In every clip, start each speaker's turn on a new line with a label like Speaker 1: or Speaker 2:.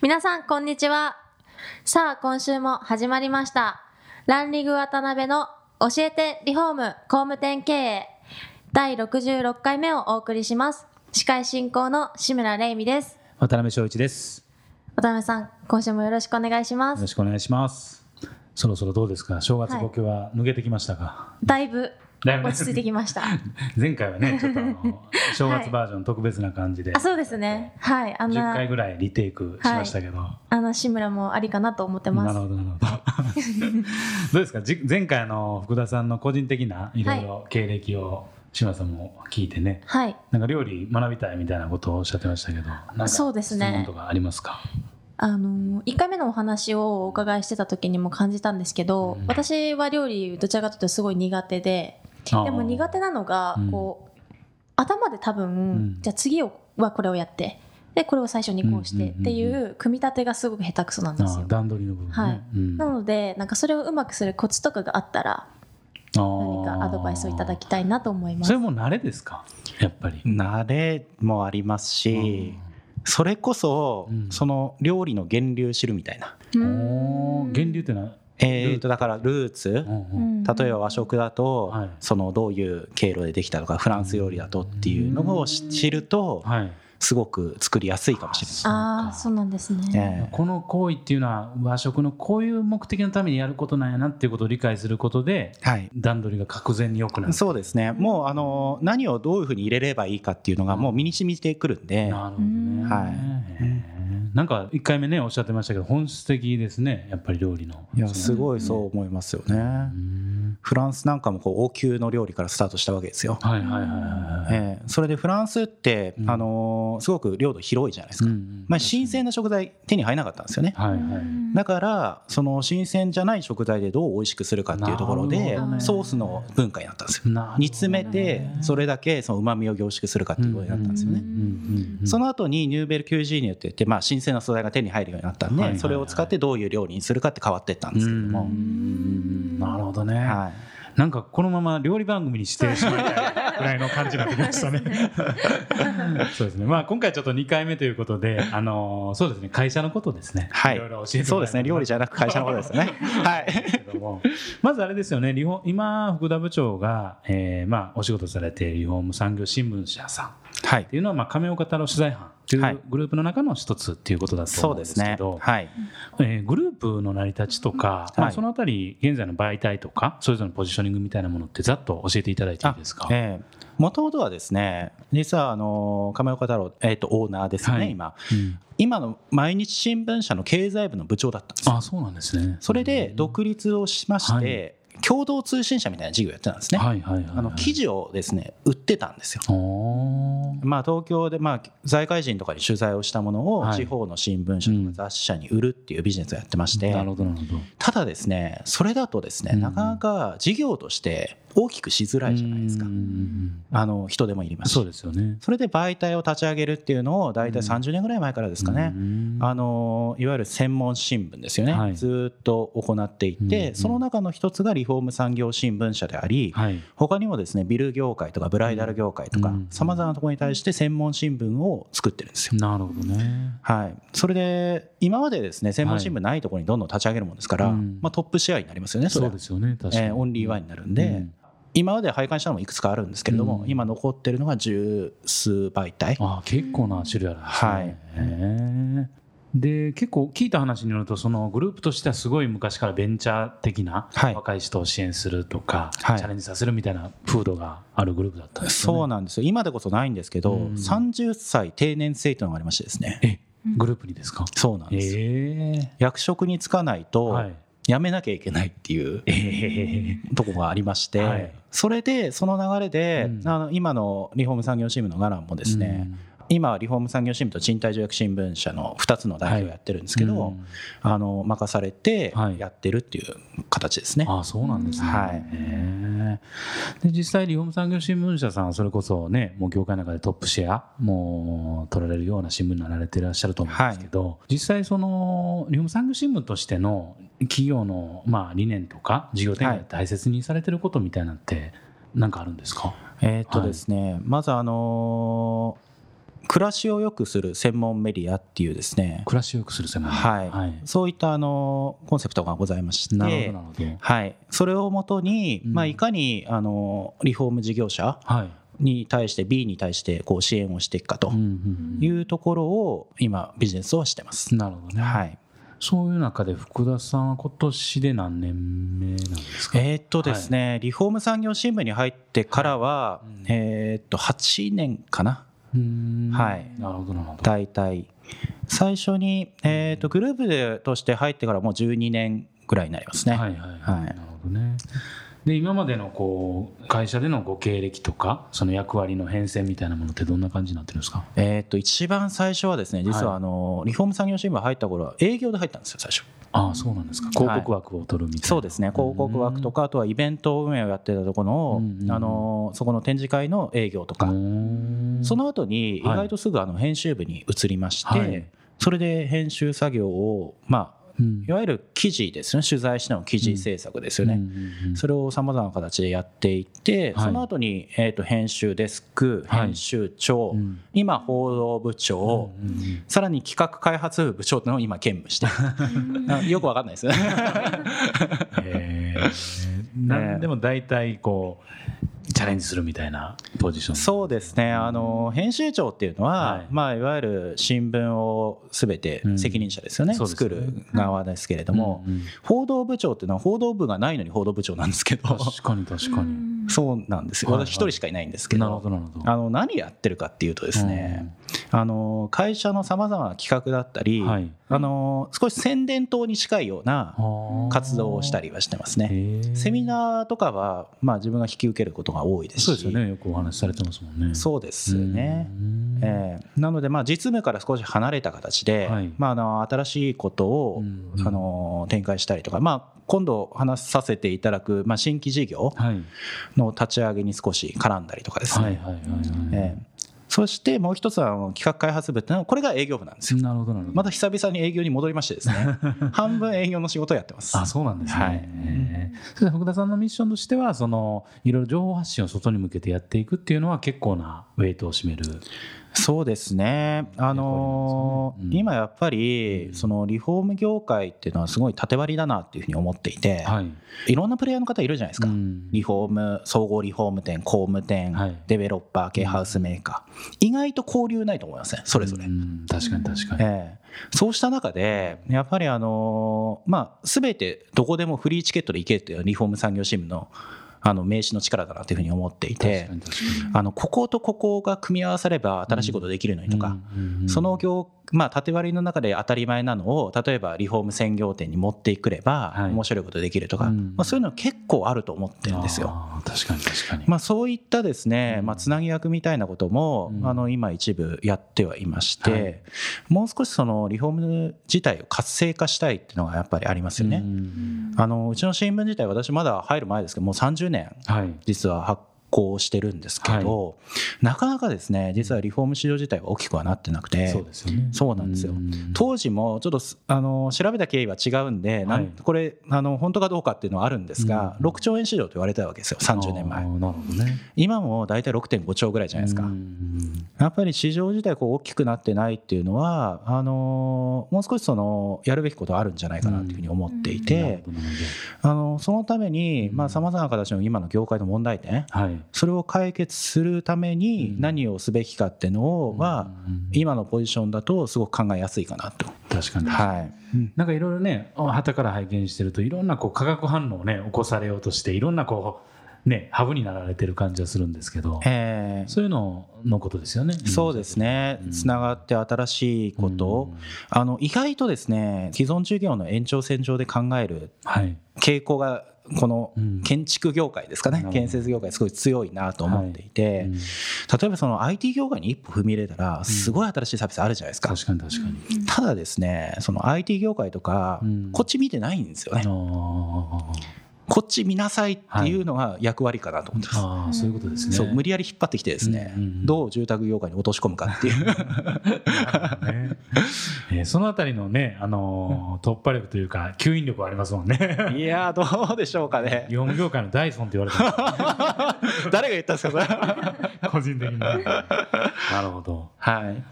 Speaker 1: 皆さんこんにちは。さあ今週も始まりました。ランリグ渡辺の教えてリフォーム工務店経営第66回目をお送りします。司会進行の志村玲美です。
Speaker 2: 渡辺翔一です。
Speaker 1: 渡辺さん今週もよろしくお願いしま
Speaker 2: よ
Speaker 1: す
Speaker 2: ろ。しくお願いします。そろそろどうですか。正月
Speaker 1: はい
Speaker 2: ボケは抜けてきましたか。
Speaker 1: だいぶ
Speaker 2: だいぶ
Speaker 1: 落ち着いてきま した。
Speaker 2: 前回はね、ちょっとあの正月バージョン特別な感じで、
Speaker 1: あそうですね。はいあん
Speaker 2: 10
Speaker 1: な
Speaker 2: 回ぐらいリテイクしましたけど。
Speaker 1: あの志村もありかなと思ってま
Speaker 2: なる
Speaker 1: す。
Speaker 2: ほどなるほど。 どうですか。じ前回あの福田さんの個人的ないろいろ経歴を志村さんも聞いてね。
Speaker 1: はい
Speaker 2: なんか料理学びたいみたいなことをおっしゃってましたけど、なんか
Speaker 1: そうですね
Speaker 2: 質問とかありますか。
Speaker 1: あの1回目のお話をお伺いしてた時にも感じたんですけど、
Speaker 2: うん
Speaker 1: 私は料理どちらかというとすごい苦手ででも苦手なのが
Speaker 2: うん
Speaker 1: こう、頭で多分、
Speaker 2: ん
Speaker 1: じゃあ次はこれをやってでこれを最初にこうして
Speaker 2: うんうんうんうん
Speaker 1: っていう組み立てがすごく下手くそなんで
Speaker 2: あ
Speaker 1: す
Speaker 2: ー。あ
Speaker 1: よ
Speaker 2: ー。段取りの部分ね。
Speaker 1: はい
Speaker 2: うん
Speaker 1: なのでなんかそれをうまくするコツとかがあったら何
Speaker 2: 何
Speaker 1: かアドバイスをいただきたいなと思いま
Speaker 2: そ
Speaker 1: す
Speaker 2: れ。も慣れですかやっぱり、
Speaker 3: 慣れもありますし、それこそ、
Speaker 2: うん
Speaker 3: その料理の源流知るみたいな、
Speaker 1: う
Speaker 2: うんんおー源流ってな、
Speaker 3: えー、とだからルーツ、
Speaker 1: うん
Speaker 3: 例えば和食だと、
Speaker 2: はい
Speaker 3: そのどういう経路でできたとかフランス料理だとっていうのを知知ると、
Speaker 2: はい
Speaker 3: すごく作りやすいかもしれ
Speaker 1: ああそうなんですね。
Speaker 3: ない。ええ
Speaker 2: この行為っていうのは和食のこういう目的のためにやることなんやなっていうことを理解することで
Speaker 3: はい
Speaker 2: 段取りが確然に良くなる
Speaker 3: そうですねもうあの何をどういうふうに入れればいいかっていうのがもう身に染みてくるんで
Speaker 2: なるほどね、
Speaker 1: うん
Speaker 3: はい
Speaker 2: へーなんか1回目ねおっしゃってましたけど本質的ですねやっぱり料理の
Speaker 3: いやすごいそう思いますよね
Speaker 2: うん
Speaker 3: フランスなんかもこう王宮の料理からスタートしたわけですよ
Speaker 2: はいはいはいはいはい
Speaker 3: ええそれでフランスって、
Speaker 2: うん
Speaker 3: あのーすごく領土広いじゃないですか、
Speaker 2: うん
Speaker 3: まあ、新鮮な食材手に入らなかったんですよね、
Speaker 2: はいはい
Speaker 1: うん
Speaker 3: だからその新鮮じゃない食材でどう美味しくするかっていうところ
Speaker 2: な
Speaker 3: で
Speaker 2: る
Speaker 1: ほどね
Speaker 3: ソースの文化になったんですよ
Speaker 2: なるほどね
Speaker 3: 煮詰めてそれだけその旨味を凝縮するかっていうことになったんですよね、
Speaker 2: うんうんうんうん
Speaker 3: その後にニューベルキュージーニュって言って、まあ、新鮮な素材が手に入るようになった
Speaker 2: は
Speaker 3: んで、
Speaker 2: いはいはい
Speaker 3: それを使ってどういう料理にするかって変わっていったんですけど
Speaker 2: う
Speaker 3: も、
Speaker 2: んうんなるほどね、
Speaker 3: はい、
Speaker 2: なんかこのまま料理番組にしてしまいたいぐらいの感じになってきましたね。そうですね。まあ今回ちょっと2回目ということで、あのーそうですね会社のことですね。
Speaker 3: はい
Speaker 2: ろいろ教えて
Speaker 3: そうですね料理じ
Speaker 2: ゃ
Speaker 3: ゃなく会社のことで すねはい
Speaker 2: けども、まずあれですよね。リフォ今福田部長が、えーまあお仕事されているリフォーム産業新聞社さんっ
Speaker 3: はい
Speaker 2: ていうのはまあ亀岡太郎取材班とい
Speaker 3: は
Speaker 2: う
Speaker 3: い
Speaker 2: グループの中の一つっていうことだと
Speaker 3: そ
Speaker 2: 思うん
Speaker 3: うで
Speaker 2: ですすけ
Speaker 3: ね
Speaker 2: ど、
Speaker 3: はい
Speaker 2: えーグループの成り立ちとか、ま
Speaker 3: は
Speaker 2: あ
Speaker 3: い
Speaker 2: そのあたり現在の媒体とかそれぞれのポジショニングみたいなものってざっと教えていただいていいですか。
Speaker 3: ええもともとはですね実はあの亀岡太郎、えっとオーナーですね、
Speaker 2: はい
Speaker 3: 今
Speaker 2: うん
Speaker 3: 今の毎日新聞社の経済部の部長だったんですよ
Speaker 2: あそうなんですね。
Speaker 3: それで独立をしまして、共同通信社みたいな事業やってたんですね、
Speaker 2: はいはいはいはい、
Speaker 3: あの記事をですね売ってたんですよ
Speaker 2: おー
Speaker 3: まあ、東京で、まあ、財界人とかに取材をしたものを
Speaker 2: はい
Speaker 3: 地方の新聞社
Speaker 2: うん
Speaker 3: とか雑誌社に売るっていうビジネスをやってまして、
Speaker 2: なるほどなるほど。
Speaker 3: ただですねそれだとですね、
Speaker 2: うん
Speaker 3: なかなか事業として大きくしづらいじゃないですか、
Speaker 2: うんうんうん
Speaker 3: あの人手もいりますし
Speaker 2: そうですよね。
Speaker 3: それで媒体を立ち上げるっていうのを大体
Speaker 2: うん
Speaker 3: 30年ぐらい前からで
Speaker 2: です
Speaker 3: かね、あ
Speaker 2: あの
Speaker 3: のいわゆる専門新聞ですよね、
Speaker 2: はい
Speaker 3: ずーっと行ってい
Speaker 2: うん
Speaker 3: て、
Speaker 2: うん
Speaker 3: その中の一つがリフォーム産業新聞社であり、
Speaker 2: はい。
Speaker 3: 他にもですねビル業界とかブライダル業界と
Speaker 2: う
Speaker 3: か
Speaker 2: ん
Speaker 3: さまざまなところに対して専門新聞を作ってるんですよ。
Speaker 2: なるほどね。
Speaker 3: はい、それで今までですね専門新聞ないところにどんどん立ち上げるもんですから、
Speaker 2: はいうん
Speaker 3: まあ、トップシェアになりますよねそ
Speaker 2: そ
Speaker 3: れ
Speaker 2: う
Speaker 3: は
Speaker 2: ですよね確かに。
Speaker 3: えーオンリーワンになるんで、
Speaker 2: うん
Speaker 3: 今まで拝観したのもいくつかあるんですけれども、
Speaker 2: うん
Speaker 3: 今残ってるのが十数媒体
Speaker 2: あ結構な種類あるんですね。
Speaker 3: はい
Speaker 2: へーで結構聞いた話によるとそのグループとしてはすごい昔からベンチャー的な
Speaker 3: はい
Speaker 2: 若い人を支援するとか、
Speaker 3: はい
Speaker 2: チャレンジさせるみたいな風土があるグループだったんですよね。
Speaker 3: そうなんですよ今でこそないんですけど、
Speaker 2: うん
Speaker 3: 30歳定年制というのがありましてですね
Speaker 2: えグループにですか。
Speaker 3: そうなんですよ、
Speaker 2: え
Speaker 3: 役職に就かない
Speaker 2: えは
Speaker 3: と
Speaker 2: い。
Speaker 3: 辞めなきゃいけないっていう、
Speaker 2: え
Speaker 3: とこがありまして、
Speaker 2: はい
Speaker 3: それでその流れ
Speaker 2: う
Speaker 3: で、
Speaker 2: ん
Speaker 3: あの今のリフォーム産業チームのガランもですね、今はリフォーム産業新聞と賃貸条約新聞社の2つの代表をやってるんですけど、
Speaker 2: うん
Speaker 3: あの任されて
Speaker 2: はい
Speaker 3: やってるっていう形ですね。
Speaker 2: あそうなんですね。
Speaker 3: はい
Speaker 2: へえで実際リフォーム産業新聞社さんはそれこそねもう業界の中でトップシェアもう取られるような新聞になられてらっしゃると思うんですけど、実際そのリフォーム産業新聞としての企業のまあ理念とか事業展開で大切にされてることみたいなのってなんかあるんですか、
Speaker 3: えーっとですね、まずあのー暮らしを良くする専門メディアっていうですね、
Speaker 2: 暮らしを良くする専門
Speaker 3: はいそういったあのーコンセプトがございまして、
Speaker 2: なるほどなるほど。
Speaker 3: はい、それをもとに、
Speaker 2: うん
Speaker 3: まあ、いかにあのリフォーム事業者
Speaker 2: はい。
Speaker 3: に対して B に対してこう支援をしていくかと
Speaker 2: うんうん
Speaker 3: いうところを今ビジネスをしてます。
Speaker 2: なるほどね。
Speaker 3: はい、
Speaker 2: そういう中で福田さんは今年で何年目なんですか。
Speaker 3: えーっとですね、リフォーム産業新聞に入ってからは、
Speaker 2: はいうん
Speaker 3: えーっと8年かな
Speaker 2: うん
Speaker 3: はい
Speaker 2: なるほどなるほど。
Speaker 3: 大体最初に、えーっとグループでとして入ってからもう12年ぐらいになりますね。
Speaker 2: はいはい
Speaker 3: はい
Speaker 2: なるほどね。で今までのこう会社でのご経歴とかその役割の変遷みたいなものってどんな感じになってるんですか。
Speaker 3: えーっと一番最初はですね実
Speaker 2: はい
Speaker 3: はあの、リフォーム産業新聞入った頃は営業で入ったんですよ最初。
Speaker 2: ああそうなんですか。広告枠を取るみたいな。
Speaker 3: そうですね広告枠と
Speaker 2: か。
Speaker 3: かあとはイベント運営をやってたところの,、
Speaker 2: うんうん
Speaker 3: あのそこの展示会の営業とか、その後に意
Speaker 2: はい
Speaker 3: 外とすぐあの編集部に移りまして、
Speaker 2: はい
Speaker 3: それで編集作業を、まあ、
Speaker 2: うん
Speaker 3: いわゆる記事ですね取材しての記事制作ですよね、
Speaker 2: うんうんうん
Speaker 3: それをさまざまな形でやっていって、
Speaker 2: はい
Speaker 3: その後に、えー、と編集デスク
Speaker 2: はい
Speaker 3: 編集長、
Speaker 2: うん
Speaker 3: 今報道部長、
Speaker 2: うんうん
Speaker 3: さらに企画開発部部長っていうのを今兼務してあ よくわかんないですね。
Speaker 2: えーなんでも大体こうチャレンジするみたいなポジション
Speaker 3: そうですね、あの編集長っていうのは、
Speaker 2: はい
Speaker 3: いまあ、いわゆる新聞をすべて責任者ですよね、
Speaker 2: うんそうです
Speaker 3: 作
Speaker 2: ね
Speaker 3: る側ですけれども、
Speaker 2: うんうん
Speaker 3: 報道部長っていうのは、報道部がないのに報道部長なんですけど、
Speaker 2: 確かに確かに
Speaker 3: そうなんですよ、
Speaker 2: はいはい
Speaker 3: 私、一人しかいないんですけ
Speaker 2: なるほど
Speaker 3: ど。
Speaker 2: なるほど
Speaker 3: あの何やってるかっていうとですね、あの会社のさまざまな企画だった
Speaker 2: う
Speaker 3: り、
Speaker 2: んはい
Speaker 3: あの少し宣伝塔に近いような活動をした
Speaker 2: り
Speaker 3: りはしてますね。セミ
Speaker 2: ー
Speaker 3: ナーとかは、まあ、自分が引き受けることが多いですし
Speaker 2: そうですよねよくお話しされてますもんねう
Speaker 3: そうですね。
Speaker 2: ん
Speaker 3: えーなので、まあ、実務から少し離れた形で、
Speaker 2: はい
Speaker 3: まあ、あの新しいことを、
Speaker 2: うん
Speaker 3: あの展開したりとか、まあ、今度話させていただく、まあ、新規事業
Speaker 2: はい
Speaker 3: の立ち上げに少し絡んだりとかですね、
Speaker 2: はいはいはいはい
Speaker 3: えーそしてもう一つはあの企画開発部ってのはこれが営業部なんですよ
Speaker 2: なるほどなるほど
Speaker 3: また久々に営業に戻りましてですね 半分営業の仕事をやってます
Speaker 2: あそうなんですね、
Speaker 3: はい
Speaker 2: えーそれで福田さんのミッションとしてはそのいろいろ情報発信を外に向けてやっていくっていうのは結構なウェイトを占める
Speaker 3: そうですね、あ
Speaker 2: そうなんですねうん
Speaker 3: の今やっぱり、
Speaker 2: うん
Speaker 3: そのリフォーム業界っていうのはすごい縦割りだなっていうふうに思っていて、
Speaker 2: はい
Speaker 3: い、ろんなプレイヤーの方いるじゃないですか、
Speaker 2: うん
Speaker 3: リフォーム、総合リフォーム店、工務店、
Speaker 2: はい
Speaker 3: デベロッパー系、ハウスメーカー、意外と交流ないと思いません、それぞれ。
Speaker 2: うん確かに確かに、
Speaker 3: ええそうした中で、やっぱりあのまあ、すべてどこでもフリーチケットで行けっていうリフォーム産業新聞のあの名刺の力だなというふうに思っていて
Speaker 2: 確か、に確かに
Speaker 3: あのこことここが組み合わされば新しいことできるのにとか、
Speaker 2: うんうん
Speaker 3: その業、まあ、縦割りの中で当たり前なのを例えばリフォーム専業店に持ってくれば
Speaker 2: はい
Speaker 3: 面白いことできるとか、
Speaker 2: うん
Speaker 3: まあ、そういうの結構あると思ってるんですよ。
Speaker 2: あー確かに確かに、
Speaker 3: まあ、そういったですね、
Speaker 2: うん
Speaker 3: まあ、つなぎ役みたいなことも、
Speaker 2: うん
Speaker 3: あの今一部やってはいまして、
Speaker 2: はい
Speaker 3: もう少しそのリフォーム自体を活性化したいっていうのがやっぱりありますよ
Speaker 2: う
Speaker 3: ね。
Speaker 2: ん
Speaker 3: あのうちの新聞自体私まだ入る前ですけどもう30年
Speaker 2: はい
Speaker 3: 実は発行してるんですけど、なかなかですね実はリフォーム市場自体は大きくはなってなくて
Speaker 2: そうですよね
Speaker 3: そうなんですよ
Speaker 2: ん
Speaker 3: 当時もちょっとすあの調べた経緯は違うんで、な
Speaker 2: は
Speaker 3: ん
Speaker 2: い
Speaker 3: これあの本当かどうかっていうのはあるんですが、
Speaker 2: うん
Speaker 3: 6兆円市場と言われたわけですよ30年
Speaker 2: あ
Speaker 3: 前
Speaker 2: ーなるほどね
Speaker 3: 今も大体6.5兆ぐらいじゃないですか、
Speaker 2: うん
Speaker 3: やっぱり市場自体こう大きくなってないっていうのはあのもう少しそのやるべきことはあるんじゃないかなというふうに思ってい
Speaker 2: なる
Speaker 3: て、
Speaker 2: ほどなる
Speaker 3: あのそのために
Speaker 2: うん
Speaker 3: さまざ、まな形の今の業界の問題点
Speaker 2: ほどはい
Speaker 3: それを解決するために
Speaker 2: うん
Speaker 3: 何をすべきかっていうのは、
Speaker 2: うん
Speaker 3: 今のポジションだとすごく考えやすいかなと。
Speaker 2: 確かに
Speaker 3: はい
Speaker 2: なんかいろいろね旗から拝見してるといろんなこう化学反応をね起こされようとしていろんなこうねハブになられてる感じがするんですけど
Speaker 3: えー
Speaker 2: そういうののことですよね
Speaker 3: そうですね
Speaker 2: うん
Speaker 3: つながって新しいことを、
Speaker 2: うん
Speaker 3: あの意外とですね既存事業の延長線上で考える
Speaker 2: はい
Speaker 3: 傾向がこの
Speaker 2: うん
Speaker 3: 建築業界ですか
Speaker 2: なる
Speaker 3: ね
Speaker 2: ほど
Speaker 3: 建設業界すごい強いなと思っていて、
Speaker 2: うん
Speaker 3: 例えばその IT 業界に一歩踏み入れたらすごい新しいサービスあるじゃないですか、
Speaker 2: 確かに確かに。
Speaker 1: うん
Speaker 3: ただですねその IT 業界とか、
Speaker 2: うん
Speaker 3: こっち見てないんですよね、
Speaker 2: あ
Speaker 3: こっち見なさいっていうのが役割かなと思ってます、
Speaker 2: あああそういうことですね。
Speaker 3: そう無
Speaker 2: 理
Speaker 3: 理やり引っ張ってきてですね、
Speaker 2: うんうんうん
Speaker 3: どう住宅業界に落とし込むかっていう
Speaker 2: ね。 えーそのあたりのね、あのー突破力というか吸引力はありますもんね。
Speaker 3: いやーどうでしょうかね
Speaker 2: 日本業界のダイソンって言われて ま
Speaker 3: 誰が言ったんですかそれ
Speaker 2: す 個人的に。なるほど。
Speaker 3: はい、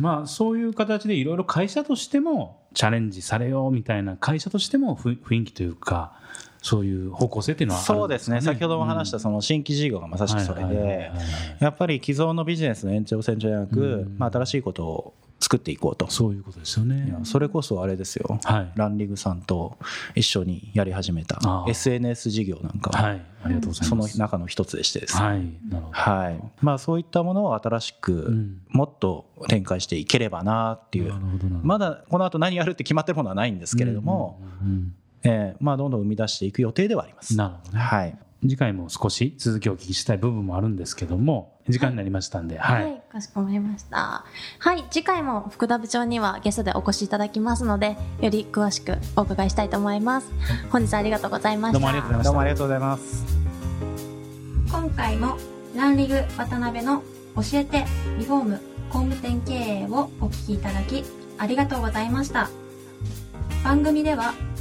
Speaker 2: まあそういう形でいろいろ会社としてもチャレンジされようみたいな会社としてもふ雰囲気というかそういう方向性っていうのはあ
Speaker 3: そ
Speaker 2: る
Speaker 3: うんですね先ほども話したその新規事業がまさしくそれで、
Speaker 2: はいはいはいはい
Speaker 3: やっぱり既存のビジネスの延長線上じゃなく、
Speaker 2: うん
Speaker 3: まあ、新しいことを作っていこうと、
Speaker 2: そういうことですよ
Speaker 3: い
Speaker 2: ね
Speaker 3: や。それこそあれですよ、
Speaker 2: はい
Speaker 3: ランリングさんと一緒にやり始めた
Speaker 2: あー
Speaker 3: SNS 事業なんかは、
Speaker 2: はいありがとうござい
Speaker 3: その
Speaker 2: ます。
Speaker 3: 中の一つでしてですね、
Speaker 2: はいなるほど。
Speaker 3: はいまあ、そういったものを新し
Speaker 2: う
Speaker 3: く
Speaker 2: ん
Speaker 3: もっと展開していければなっていう、
Speaker 2: なるほどなるほど
Speaker 3: まだこの後何やるって決まってるものはないんですけれども、
Speaker 2: うんうん
Speaker 3: えーまあ、どんどん生み出していく予定ではありま
Speaker 2: う
Speaker 3: す。
Speaker 2: んなるほどね。
Speaker 3: はい、
Speaker 2: 次回も少し続きをお聞きしたい部分もあるんですけども時間になりましたんで、は
Speaker 1: はいい、かしこまりました。はい、次回も福田部長にはゲストでお越しいただきますので、より詳しくお伺いしたいと思います。本日はありがとうございました。
Speaker 2: どうもありがとうございました。
Speaker 3: ありがとうございます
Speaker 1: 今回もランリグ渡辺の教えてリフォーム工務店経営をお聞きいただきありがとうございました番組では